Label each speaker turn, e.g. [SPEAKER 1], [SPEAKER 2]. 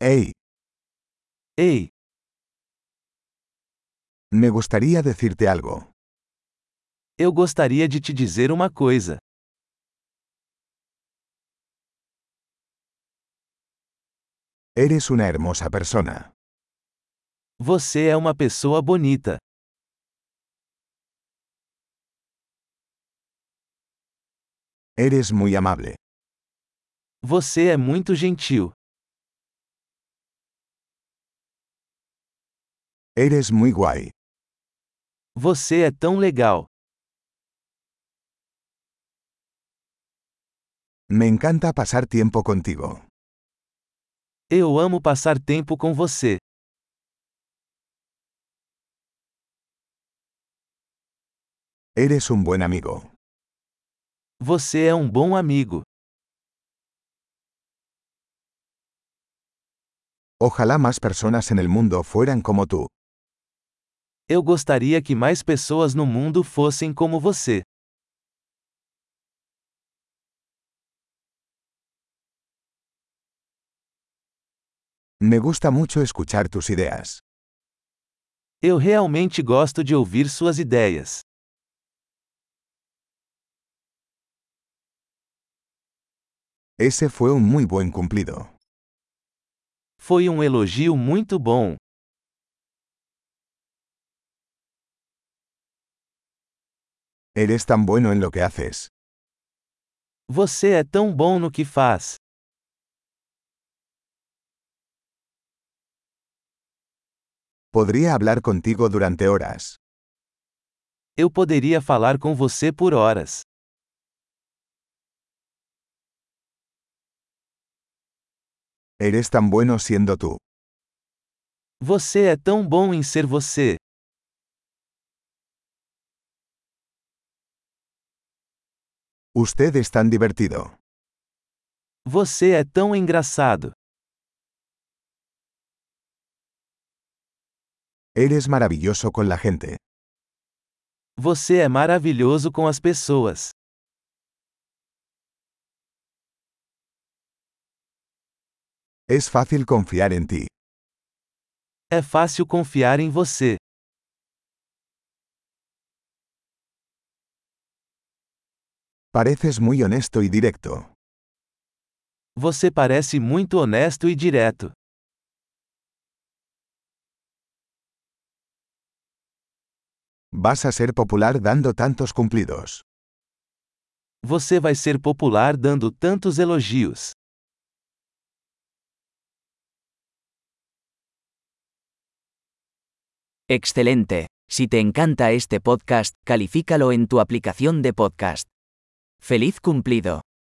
[SPEAKER 1] Hey,
[SPEAKER 2] Hey,
[SPEAKER 1] me gustaría decirte algo.
[SPEAKER 2] eu gostaria de te dizer uma coisa.
[SPEAKER 1] Eres una hermosa persona.
[SPEAKER 2] Você é uma pessoa bonita.
[SPEAKER 1] Eres muy amable.
[SPEAKER 2] Você é muito gentil.
[SPEAKER 1] Eres muy guay.
[SPEAKER 2] Você é tão legal.
[SPEAKER 1] Me encanta pasar tiempo contigo.
[SPEAKER 2] Eu amo passar tempo com você.
[SPEAKER 1] Eres un buen amigo.
[SPEAKER 2] Você é um bom amigo.
[SPEAKER 1] Ojalá más personas en el mundo fueran como tú.
[SPEAKER 2] Eu gostaria que mais pessoas no mundo fossem como você.
[SPEAKER 1] Me gusta mucho escuchar tus ideas.
[SPEAKER 2] Eu realmente gosto de ouvir suas ideias.
[SPEAKER 1] Ese fue un muy buen cumplido.
[SPEAKER 2] Foi um elogio muito bom.
[SPEAKER 1] Eres tan bueno en lo que haces.
[SPEAKER 2] Você é tão bom no que faz.
[SPEAKER 1] Podría hablar contigo durante horas.
[SPEAKER 2] Eu poderia falar com você por horas.
[SPEAKER 1] Eres tan bueno siendo tú.
[SPEAKER 2] Você é tão bom em ser você.
[SPEAKER 1] Usted es tan divertido.
[SPEAKER 2] Você é tão engraçado.
[SPEAKER 1] Eres maravilloso con la gente.
[SPEAKER 2] Você é maravilhoso com as pessoas.
[SPEAKER 1] Es fácil confiar en ti.
[SPEAKER 2] É fácil confiar em você.
[SPEAKER 1] Pareces muy honesto y directo.
[SPEAKER 2] Você parece muito honesto e direto.
[SPEAKER 1] Vas a ser popular dando tantos cumplidos.
[SPEAKER 2] Você vai ser popular dando tantos elogios.
[SPEAKER 3] Excelente. Si te encanta este podcast, califícalo en tu aplicación de podcast. ¡Feliz cumplido!